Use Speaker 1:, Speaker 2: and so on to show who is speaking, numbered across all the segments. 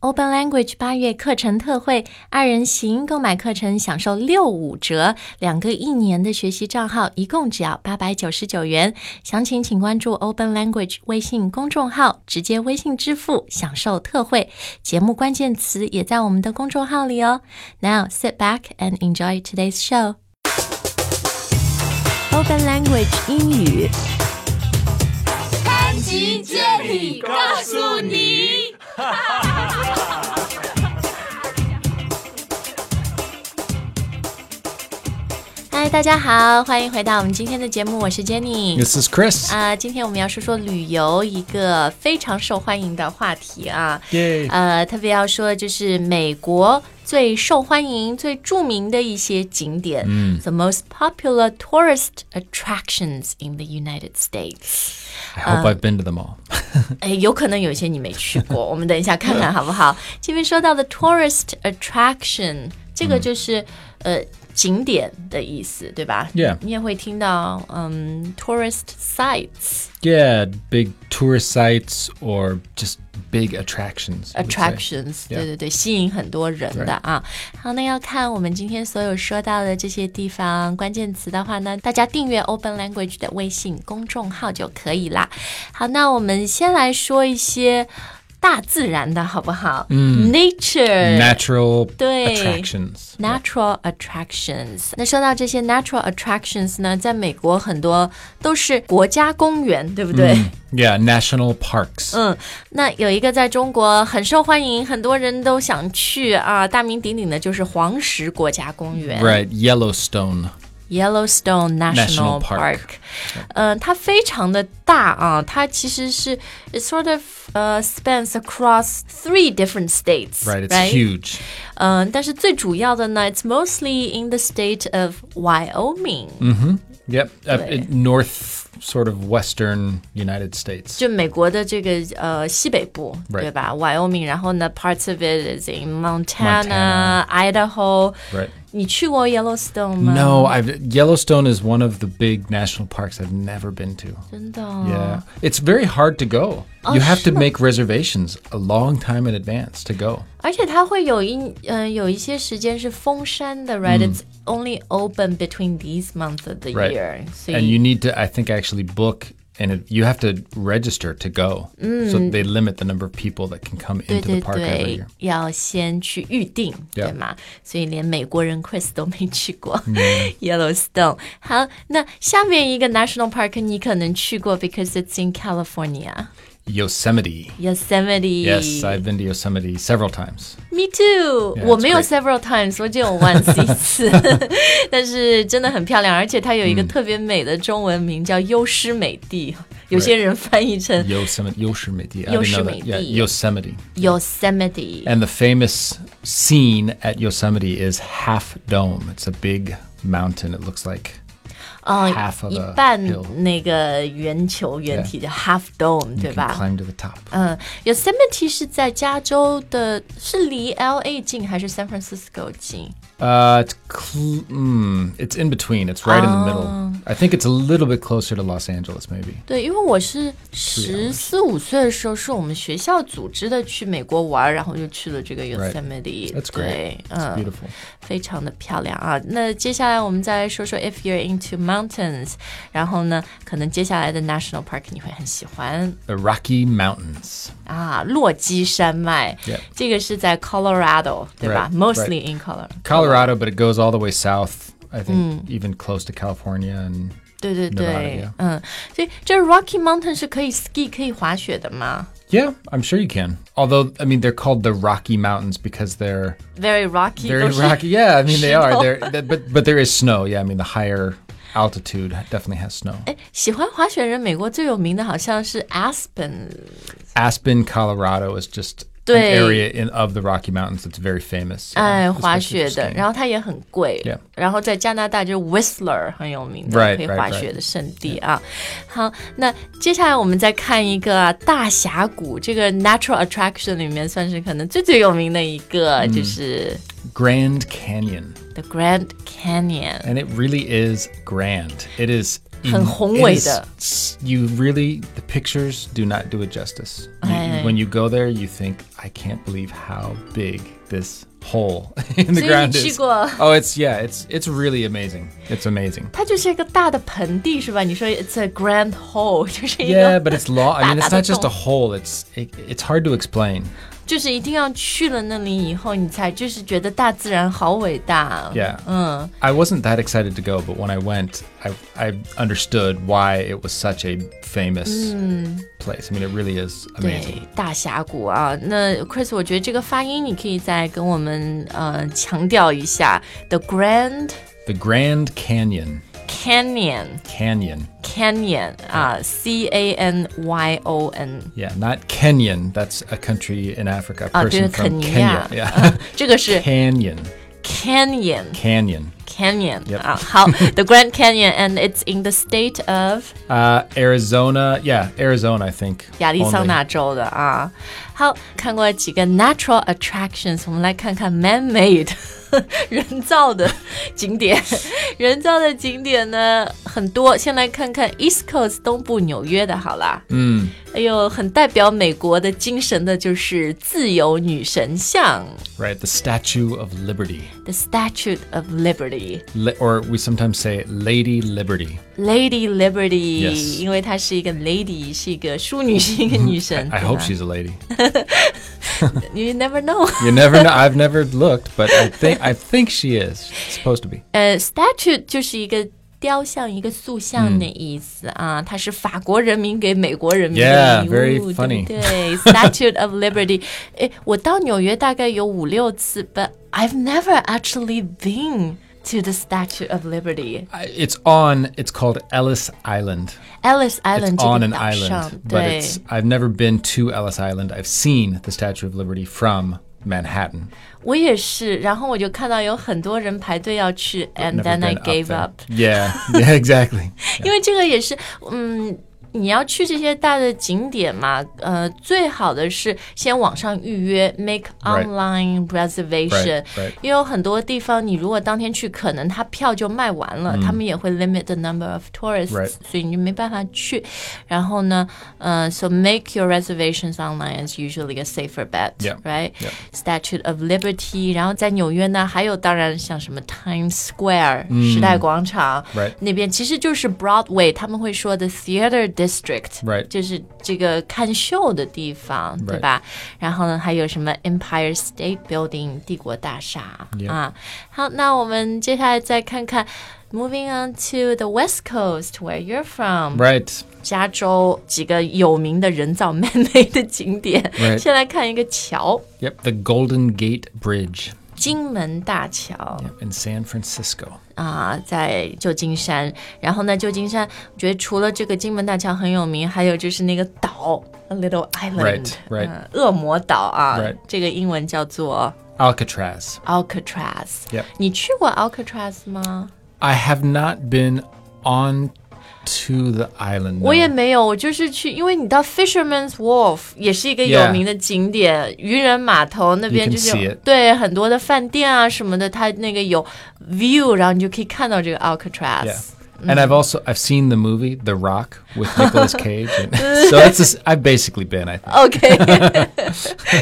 Speaker 1: Open Language 八月课程特惠，二人行购买课程享受六五折，两个一年的学习账号一共只要八百九十九元。详情请关注 Open Language 微信公众号，直接微信支付享受特惠。节目关键词也在我们的公众号里哦。Now sit back and enjoy today's show. Open Language 英语。
Speaker 2: 集见你，告诉你。
Speaker 1: 嗨，大家好，欢迎回到我们今天的节目，我是 Jenny。
Speaker 3: This is Chris.
Speaker 1: 啊、今天我们要说说旅游一个非常受欢迎的话题啊。
Speaker 3: Yay.
Speaker 1: 呃，特别要说就是美国最受欢迎、最著名的一些景点、t h e most popular tourist attractions in the United States。
Speaker 3: I hope I've been to them all.
Speaker 1: 哎，有可能有一些你没去过，我们等一下看看好不好？这边说到的 tourist attraction，这个就是、呃景点的意思，对吧
Speaker 3: Yeah
Speaker 1: 你也会听到嗯 tourist sites
Speaker 3: Yeah, big tourist sites or just big attractions. I would say.
Speaker 1: attractions，
Speaker 3: Yeah
Speaker 1: 对对对，吸引很多人的啊。好，那要看我们今天所有说到的这些地方关键词的话呢，大家订阅 Open Language 的微信公众号就可以啦。好，那我们先来说一些大自然的好不好？嗯，nature。
Speaker 3: Natural
Speaker 1: 对。
Speaker 3: attractions.
Speaker 1: Natural attractions。那说到这些 natural attractions 呢，在美国很多都是国家公园，对不对？
Speaker 3: Yeah, national parks.
Speaker 1: 嗯，那有一个在中国很受欢迎，很多人都想去啊，大名鼎鼎的就是黄石国家公园
Speaker 3: Right, Yellowstone.
Speaker 1: （Yellowstone National
Speaker 3: National
Speaker 1: Park）
Speaker 3: Park。
Speaker 1: 嗯、它非常的大啊，它其实是 it sort of 呃、spans across three different states。
Speaker 3: Right, it's huge.
Speaker 1: 嗯、但是最主要的呢，it's mostly in the state of Wyoming，、
Speaker 3: Yep, up in north sort of western United States.
Speaker 1: 就美国的这个呃西北部
Speaker 3: Right.
Speaker 1: 对吧？Wyoming，然后呢，parts of it is in Montana,
Speaker 3: Montana.
Speaker 1: Idaho。
Speaker 3: Right.
Speaker 1: 你去过 Yellowstone 吗
Speaker 3: No, I've Yellowstone is one of the big national parks I've never been to.
Speaker 1: 真的
Speaker 3: Yeah. It's very hard to go. You have to make reservations a long time in advance to go.
Speaker 1: 而且它会有一嗯、呃、有一些时间是封山的，right？、It's only open between these months of the
Speaker 3: 嗯 Right.
Speaker 1: year，所
Speaker 3: and
Speaker 1: 以
Speaker 3: you need to i think actually book and it, you have to register to go so they limit the number of people that can come
Speaker 1: 对
Speaker 3: into
Speaker 1: 对
Speaker 3: the park every
Speaker 1: 对
Speaker 3: year，
Speaker 1: 要先去预定
Speaker 3: Yeah. 嗯
Speaker 1: 对吗？所以连美国人 Chris 都没去过 Yellowstone。好，那下面一个 National Park 你可能去过，because it's in California。
Speaker 3: yosemite
Speaker 1: Yosemite.
Speaker 3: yes i've been to yosemite several times
Speaker 1: Me too，、
Speaker 3: Yeah,
Speaker 1: 我没有
Speaker 3: it's
Speaker 1: several times，我只有 once 一 次，但是真的很漂亮，而且它有一个
Speaker 3: 嗯
Speaker 1: 特别美的中文名叫优诗美地，有些人翻译成
Speaker 3: yosemite yosemite i didn't know that yeah
Speaker 1: Yosemite.
Speaker 3: yosemite
Speaker 1: Yosemite。
Speaker 3: and the famous scene at yosemite is half dome it's a big mountain it looks like
Speaker 1: 嗯
Speaker 3: half of
Speaker 1: 一
Speaker 3: a
Speaker 1: 半
Speaker 3: hill
Speaker 1: 那个圆球圆体叫 half dome，对
Speaker 3: you can
Speaker 1: 吧？
Speaker 3: climb to the top
Speaker 1: 嗯，Yosemite 是在加州的，是离 LA 近还是 San Francisco 近？
Speaker 3: Uh, it's cl- mm, it's in between. It's right in the middle. I think it's a little bit closer to Los Angeles, maybe.
Speaker 1: 对，因为我是十
Speaker 3: 啊
Speaker 1: 四五岁的时候，是我们学校组织的去美国玩，然后就去了这个 Yosemite，、
Speaker 3: That's
Speaker 1: 对
Speaker 3: great.，It's
Speaker 1: 嗯，
Speaker 3: beautiful.
Speaker 1: 非常的漂亮啊。那接下来我们再来说说 If you're into mountains，然后呢，可能接下来的 National Park 你会很喜欢
Speaker 3: The Rocky Mountains.
Speaker 1: 啊，落基山脉
Speaker 3: Yep
Speaker 1: 这个是在 Colorado 对吧
Speaker 3: Right,
Speaker 1: Mostly in Colorado，
Speaker 3: Colorado, but it goes all the way south. I think even close to California and
Speaker 1: 对对对
Speaker 3: Nevada，yeah
Speaker 1: 嗯，所以这 Rocky Mountain 是可以 ski 可以滑雪的吗
Speaker 3: yeah, I'm sure you can. Although I mean, they're called the Rocky Mountains because they're
Speaker 1: ？Very rocky，
Speaker 3: they're
Speaker 1: 都
Speaker 3: in
Speaker 1: 是
Speaker 3: rocky. Yeah, I mean they
Speaker 1: Snow.
Speaker 3: are. They're, th- but but there is snow. Yeah, I mean the higher altitude definitely has snow.
Speaker 1: 哎，喜欢滑雪人，美国最有名的好像是 Aspen，
Speaker 3: Aspen, Colorado is just an
Speaker 1: 对。
Speaker 3: area in of the Rocky Mountains that's very famous.
Speaker 1: 爱
Speaker 3: yeah,
Speaker 1: 哎滑
Speaker 3: especially
Speaker 1: 雪
Speaker 3: for
Speaker 1: 的，
Speaker 3: skiing.
Speaker 1: 然后它也很贵。
Speaker 3: Yeah.
Speaker 1: 然后在加拿大就是 Whistler 很有名的
Speaker 3: Right,
Speaker 1: 可以
Speaker 3: right,
Speaker 1: 滑雪的圣地啊。好，那接下来我们再看一个啊大峡谷，这个 natural attraction 里面算是可能最最有名的一个，
Speaker 3: 嗯
Speaker 1: 就是。
Speaker 3: Grand Canyon.
Speaker 1: The Grand Canyon，
Speaker 3: And it really is grand. It is.
Speaker 1: 很宏伟的。
Speaker 3: it is- You really, the pictures do not do it justice. You, you
Speaker 1: 对
Speaker 3: when you go there, you think, I can't believe how big this hole in the ground
Speaker 1: 所
Speaker 3: is.
Speaker 1: 以你去过。
Speaker 3: Oh, it's yeah, it's it's really amazing. It's amazing.
Speaker 1: 它就是一个大的盆地是吧？你说 it's a grand hole，就是 一
Speaker 3: Yeah,
Speaker 1: 个
Speaker 3: but it's long. I mean, it's not just
Speaker 1: 大大的
Speaker 3: a
Speaker 1: 洞。
Speaker 3: hole. It's it, it's hard to explain.
Speaker 1: 就是一定要去了那里以后，你才就是觉得大自然好伟大。
Speaker 3: Yeah.
Speaker 1: 嗯，
Speaker 3: I wasn't that excited to go, but when I went, I I understood why it was such a famous place. I mean, it really is
Speaker 1: 对
Speaker 3: amazing.，
Speaker 1: 大峡谷啊。那 Chris，我觉得这个发音你可以再跟我们呃强调一下，the Grand
Speaker 3: The Grand Canyon.
Speaker 1: Canyon
Speaker 3: Canyon.
Speaker 1: Canyon 啊，C A N Y O N。
Speaker 3: Yeah, not Kenyan. That's a country in Africa. A
Speaker 1: 啊，
Speaker 3: person
Speaker 1: 对，肯
Speaker 3: from
Speaker 1: 尼
Speaker 3: Kenya.
Speaker 1: 亚，
Speaker 3: Yeah.
Speaker 1: 这个是
Speaker 3: Canyon.
Speaker 1: Canyon
Speaker 3: Canyon.
Speaker 1: Canyon
Speaker 3: Yep.
Speaker 1: 啊，好，the Grand Canyon and it's in the state of
Speaker 3: Uh, Arizona. Yeah, Arizona, I think.
Speaker 1: 亚利桑
Speaker 3: only.
Speaker 1: 那州的啊。好，看过几个 natural attractions，我们来看看 man-made 人造的景点。人造的景点呢很多，先来看看 East Coast 东部纽约的好啦。嗯，哎呦，很代表美国的精神的就是自由女神像
Speaker 3: Right, the Statue of Liberty.
Speaker 1: The Statue of Liberty。
Speaker 3: Li- or we sometimes say Lady Liberty.
Speaker 1: Lady Liberty，、
Speaker 3: Yes.
Speaker 1: 因为她是一个 lady，是一个淑女，是一个女神。
Speaker 3: I hope she's a lady.
Speaker 1: You never know。
Speaker 3: You never know. I've never looked, but I think I think she is She's supposed to be.
Speaker 1: 呃，statue 就是一个雕像、一个塑
Speaker 3: 嗯
Speaker 1: 像的意思啊，它是法国人民给美国人民的
Speaker 3: Yeah,
Speaker 1: 礼物对
Speaker 3: very
Speaker 1: 不
Speaker 3: funny.
Speaker 1: 对 ，Statue of Liberty。诶，我到纽约大概有五六次，but I've never actually been to the Statue of Liberty。
Speaker 3: I- It's on. It's called Ellis Island.
Speaker 1: Ellis Island
Speaker 3: It's
Speaker 1: 这
Speaker 3: on
Speaker 1: 个
Speaker 3: an
Speaker 1: 岛上
Speaker 3: island, but
Speaker 1: 对。
Speaker 3: it's. I've never been to Ellis Island. I've seen the Statue of Liberty from Manhattan.
Speaker 1: 我也是，然后我就看到有很多人排队要去，and
Speaker 3: Never
Speaker 1: then I
Speaker 3: been up
Speaker 1: gave
Speaker 3: there.
Speaker 1: up。
Speaker 3: Yeah, yeah, exactly.
Speaker 1: 因为这个也是，嗯，你要去这些大的景点嘛，呃，最好的是先网上预约，make
Speaker 3: Right.
Speaker 1: online reservation，
Speaker 3: Right, right.
Speaker 1: 因为有很多地方你如果当天去，可能他票就卖完了，他们也会 limit the number of tourists，、
Speaker 3: Right.
Speaker 1: 所以你就没办法去。然后呢，呃，so make your reservations online is usually a safer bet，right？、
Speaker 3: Yeah, yeah.
Speaker 1: Statue of Liberty，然后在纽约呢，还有当然像什么 Times Square、时代广场
Speaker 3: Right
Speaker 1: 那边，其实就是 Broadway 他们会说的 Theater District，、
Speaker 3: Right
Speaker 1: 就是这个看秀的地方
Speaker 3: Right
Speaker 1: 对吧？然后呢，还有什么 Empire State Building 帝国大厦
Speaker 3: Yeah
Speaker 1: 啊。好，那我们接下来再看看，Moving on to the West Coast where you're from，
Speaker 3: Right.
Speaker 1: 加州几个有名的人造 man-made 的景点
Speaker 3: Right
Speaker 1: 先来看一个桥。
Speaker 3: Yep. The Golden Gate Bridge
Speaker 1: 金门大桥
Speaker 3: yep, in San Francisco.
Speaker 1: 啊，在旧金山。然后呢，旧金山，我觉得除了这个金门大桥很有名，还有就是那个岛，A Little Island，
Speaker 3: Right, right.
Speaker 1: 呃恶魔岛啊
Speaker 3: Right.
Speaker 1: 这个英文叫做
Speaker 3: Alcatraz.
Speaker 1: Alcatraz。
Speaker 3: Yep.
Speaker 1: 你去过 Alcatraz 吗？
Speaker 3: I have not been on to the island. no.
Speaker 1: 我也没有，我就是去，因为你到 Fisherman's Wharf 也是一个有
Speaker 3: Yeah.
Speaker 1: 名的景点，渔人码头那边
Speaker 3: You
Speaker 1: 就
Speaker 3: can
Speaker 1: 是
Speaker 3: see
Speaker 1: 有
Speaker 3: it.
Speaker 1: 对很多的饭店啊什么的，它那个有 view，然后你就可以看到这个 Alcatraz。
Speaker 3: Yeah. And I've also I've seen the movie The Rock with Nicolas Cage, and so it's just, I've basically been. I think.
Speaker 1: OK，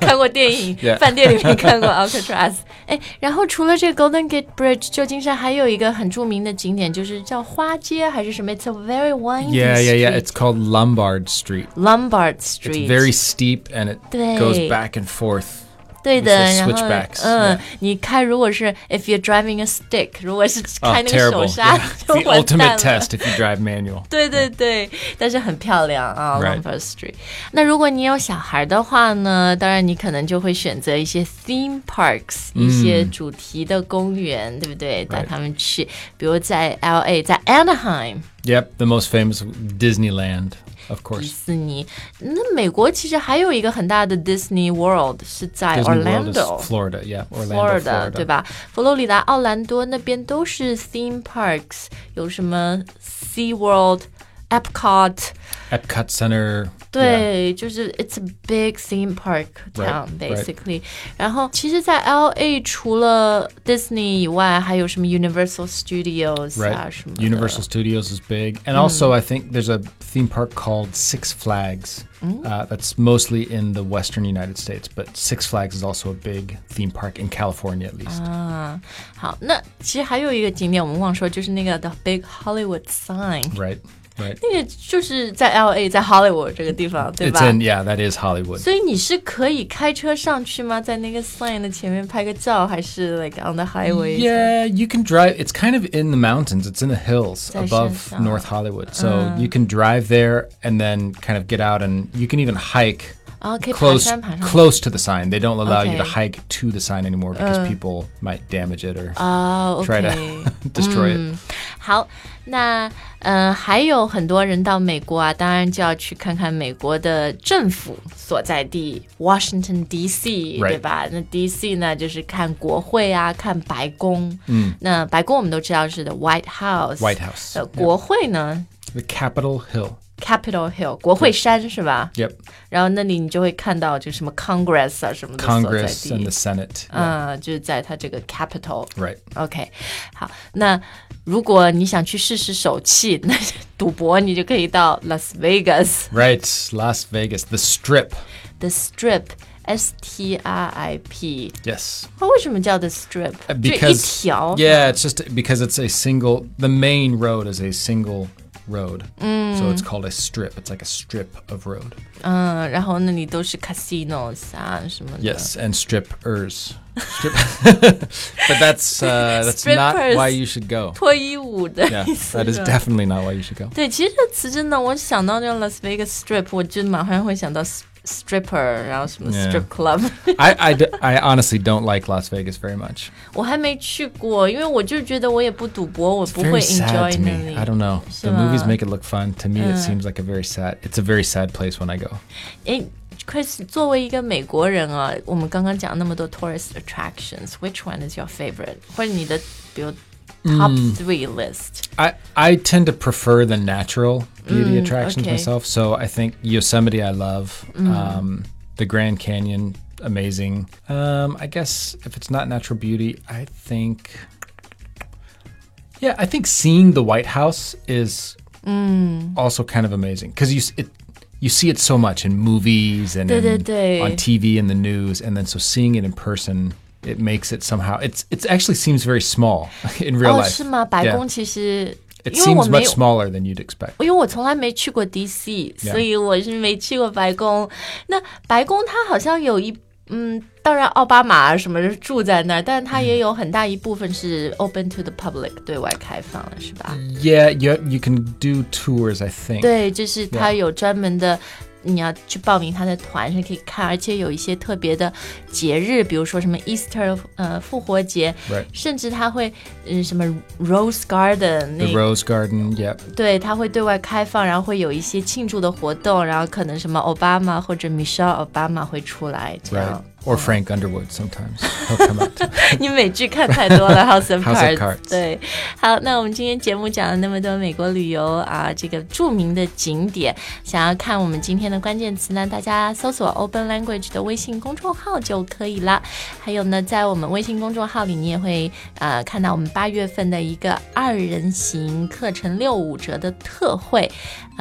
Speaker 1: 看过电影
Speaker 3: Yeah.
Speaker 1: 饭店里面看过 Alcatraz。哎，然后除了这个 Golden Gate Bridge，旧金山还有一个很著名的景点，就是叫花街还是什么？It's a very windy
Speaker 3: Yeah, yeah, yeah.
Speaker 1: street.
Speaker 3: It's called Lombard Street.
Speaker 1: Lombard Street。
Speaker 3: It's very steep and it
Speaker 1: Dui.
Speaker 3: goes back and forth.
Speaker 1: 对的，
Speaker 3: it's
Speaker 1: 然
Speaker 3: the
Speaker 1: 后
Speaker 3: switchbacks,
Speaker 1: 嗯
Speaker 3: yeah.
Speaker 1: 你开如果是 if you're driving a stick，如果是
Speaker 3: Oh,
Speaker 1: 开那个
Speaker 3: terrible!
Speaker 1: 手刹
Speaker 3: Yeah.
Speaker 1: 就
Speaker 3: The
Speaker 1: 完蛋
Speaker 3: ultimate
Speaker 1: 了。
Speaker 3: test if you drive manual.
Speaker 1: 对对对，但是很漂亮啊
Speaker 3: Right
Speaker 1: ，Lombard Street。那如果你有小孩的话呢，当然你可能就会选择一些 theme parks，、一些主题的公园，对不对？带
Speaker 3: 嗯 Right
Speaker 1: 他们去，比如在 L A，在 Anaheim。
Speaker 3: Yep, the most famous Disneyland, of
Speaker 1: 迪
Speaker 3: course.
Speaker 1: 士尼，那美国其实还有一个很大的 Disney World 是在
Speaker 3: Disney World
Speaker 1: Orlando，
Speaker 3: is Florida. Yeah, Orlando,
Speaker 1: Florida 对吧？佛罗里达、奥兰多那边都是 theme parks，有什么 Sea World、Epcot，
Speaker 3: Epcot Center,
Speaker 1: 对，就是 it's a big theme park town
Speaker 3: Right, right.
Speaker 1: basically。然后其实，在 L A 除了 Disney 以外，还有什么 Universal Studios 啊什么的
Speaker 3: Universal Studios is big,
Speaker 1: Hmm.
Speaker 3: and also I think there's a theme park called Six Flags. Uh, that's mostly in the western United States, but Six Flags is also a big theme park in California, at
Speaker 1: Uh,
Speaker 3: least.
Speaker 1: 啊，好，那其实还有一个景点我们忘说，就是那个 The Big Hollywood Sign。
Speaker 3: right, right.
Speaker 1: 那个就是在 L A，在 Hollywood 这个地方，对
Speaker 3: It's
Speaker 1: 吧？
Speaker 3: in yeah, that is Hollywood.
Speaker 1: 所以你是可以开车上去吗？在那个 sign 的前面拍个照，还是 like on the highway？
Speaker 3: Yeah, you can drive. It's kind of in the mountains. It's in the hills
Speaker 1: It's
Speaker 3: above
Speaker 1: actually-
Speaker 3: North Hollywood. So
Speaker 1: Uh.
Speaker 3: you can drive there and then kind of get out and you can even hike
Speaker 1: 啊，可以爬
Speaker 3: close
Speaker 1: 山爬上去
Speaker 3: close to the sign. They don't allow you
Speaker 1: Okay. Uh.
Speaker 3: to
Speaker 1: Oh,
Speaker 3: hike to the sign anymore because people might damage it or
Speaker 1: 啊，OK、
Speaker 3: try
Speaker 1: o k
Speaker 3: to destroy
Speaker 1: Mm.
Speaker 3: it.
Speaker 1: 好，那呃，还有很多人到美国啊，当然就要去看看美国的政府所在地 Washington D.C.，、
Speaker 3: Right.
Speaker 1: 对吧？那 D.C. 呢，就是看国会啊，看白宫。嗯，那白宫我们都知道是 the White House。
Speaker 3: White House，
Speaker 1: 呃，
Speaker 3: yeah.
Speaker 1: 国会呢
Speaker 3: The Capitol Hill.
Speaker 1: ，Capitol Hill，国会山是吧？
Speaker 3: Yep.
Speaker 1: 然后那里你就会看到就什么 Congress 啊什么的所在
Speaker 3: Congress and
Speaker 1: 地
Speaker 3: the，Senate. Yeah.
Speaker 1: 嗯，就是在它这个 Capitol。
Speaker 3: Right.
Speaker 1: OK，好，那如果你想去试试手气，那赌博你就可以到 Las Vegas
Speaker 3: Right. Las Vegas. The Strip.
Speaker 1: The Strip。S T R I P，
Speaker 3: Yes.
Speaker 1: 它为什么叫 The Strip？
Speaker 3: Uh,
Speaker 1: 就一
Speaker 3: because
Speaker 1: 条
Speaker 3: yeah it's just because it's a single the main road is a single road so it's called a strip it's like a strip of road
Speaker 1: 嗯，然后那里都是 casinos 啊什么的。
Speaker 3: yes Uh, and strippers strip but that's uh, that's not why
Speaker 1: Strippers.
Speaker 3: you should go
Speaker 1: 脱衣舞的
Speaker 3: yeah
Speaker 1: 意思
Speaker 3: that is
Speaker 1: 是吧
Speaker 3: definitely not why you should go
Speaker 1: 对，其实这个词真的，我想到这个 Las Vegas Strip，我就马上会想到 s- stripper，然后什么
Speaker 3: Yeah.
Speaker 1: strip club。
Speaker 3: I, I d- I honestly don't like las vegas very much
Speaker 1: 我还没去过，因为我就觉得我也不赌博，我不
Speaker 3: very
Speaker 1: 会
Speaker 3: sad
Speaker 1: enjoy
Speaker 3: to
Speaker 1: 那
Speaker 3: me
Speaker 1: 里
Speaker 3: i。don't know the
Speaker 1: So, uh,
Speaker 3: movies make it look fun to me it seems like a very sad it's a very sad place when i go
Speaker 1: 哎，Chris，作为一个美国人啊，我们刚刚讲那么多 tourist attractions，which one is your favorite？或者你的比如 top
Speaker 3: 嗯
Speaker 1: three list？
Speaker 3: I, I tend to prefer the natural beauty attractions
Speaker 1: okay.
Speaker 3: myself. So I think Yosemite I love. Um, the Grand Canyon, amazing. Um, I guess if it's not natural beauty, I think. Yeah, I think seeing the White House is also kind of amazing because you s- it you see it so much in movies and in-
Speaker 1: 对，对，对。
Speaker 3: on TV and the news, and then so seeing it in person. It makes it somehow. It's it actually seems very small in real
Speaker 1: 哦，
Speaker 3: life.
Speaker 1: 是吗？白
Speaker 3: Yeah.
Speaker 1: 宫其实
Speaker 3: It
Speaker 1: 因为我
Speaker 3: seems
Speaker 1: 没
Speaker 3: much
Speaker 1: 有。
Speaker 3: smaller than you'd expect.
Speaker 1: 因为我从来没去过 DC，所以我是没去过白宫。那白宫它好像有一嗯，当然奥巴马什么是住在那儿，但它也有很大一部分
Speaker 3: 嗯
Speaker 1: 是 open to the public 对外开放了，是吧？
Speaker 3: Yeah, you, you can do tours, I think.
Speaker 1: 对，就是它有专门的。你要去报名他的团是可以看，而且有一些特别的节日，比如说什么 Easter，呃，复活节
Speaker 3: Right.
Speaker 1: 甚至他会，嗯，什么 Rose Garden 那
Speaker 3: The
Speaker 1: 个
Speaker 3: Rose Garden, yep.
Speaker 1: 对，它会对外开放，然后会有一些庆祝的活动，然后可能什么奥巴马或者 Michelle Obama 会出来这
Speaker 3: Right.
Speaker 1: 样。
Speaker 3: Or Frank Underwood sometimes. He'll come out.
Speaker 1: 你美剧看太多 了，House of
Speaker 3: House
Speaker 1: Cards。
Speaker 3: of Cards
Speaker 1: 对，好，那我们今天节目讲了那么多美国旅游啊，这个著名的景点，想要看我们今天的关键词呢，大家搜索 Open Language 的微信公众号就可以了。还有呢，在我们微信公众号里，你也会呃看到我们八月份的一个二人行课程六五折的特惠。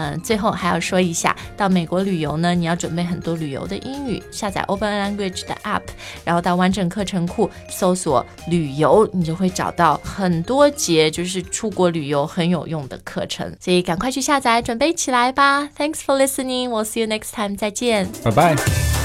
Speaker 1: 嗯、最后还要说一下，到美国旅游呢，你要准备很多旅游的英语，下载 Open Language 的 App，然后到完整课程库搜索旅游，你就会找到很多节就是出国旅游很有用的课程，所以赶快去下载，准备起来吧。Thanks for listening，we'll see you next time，再见。
Speaker 3: bye bye.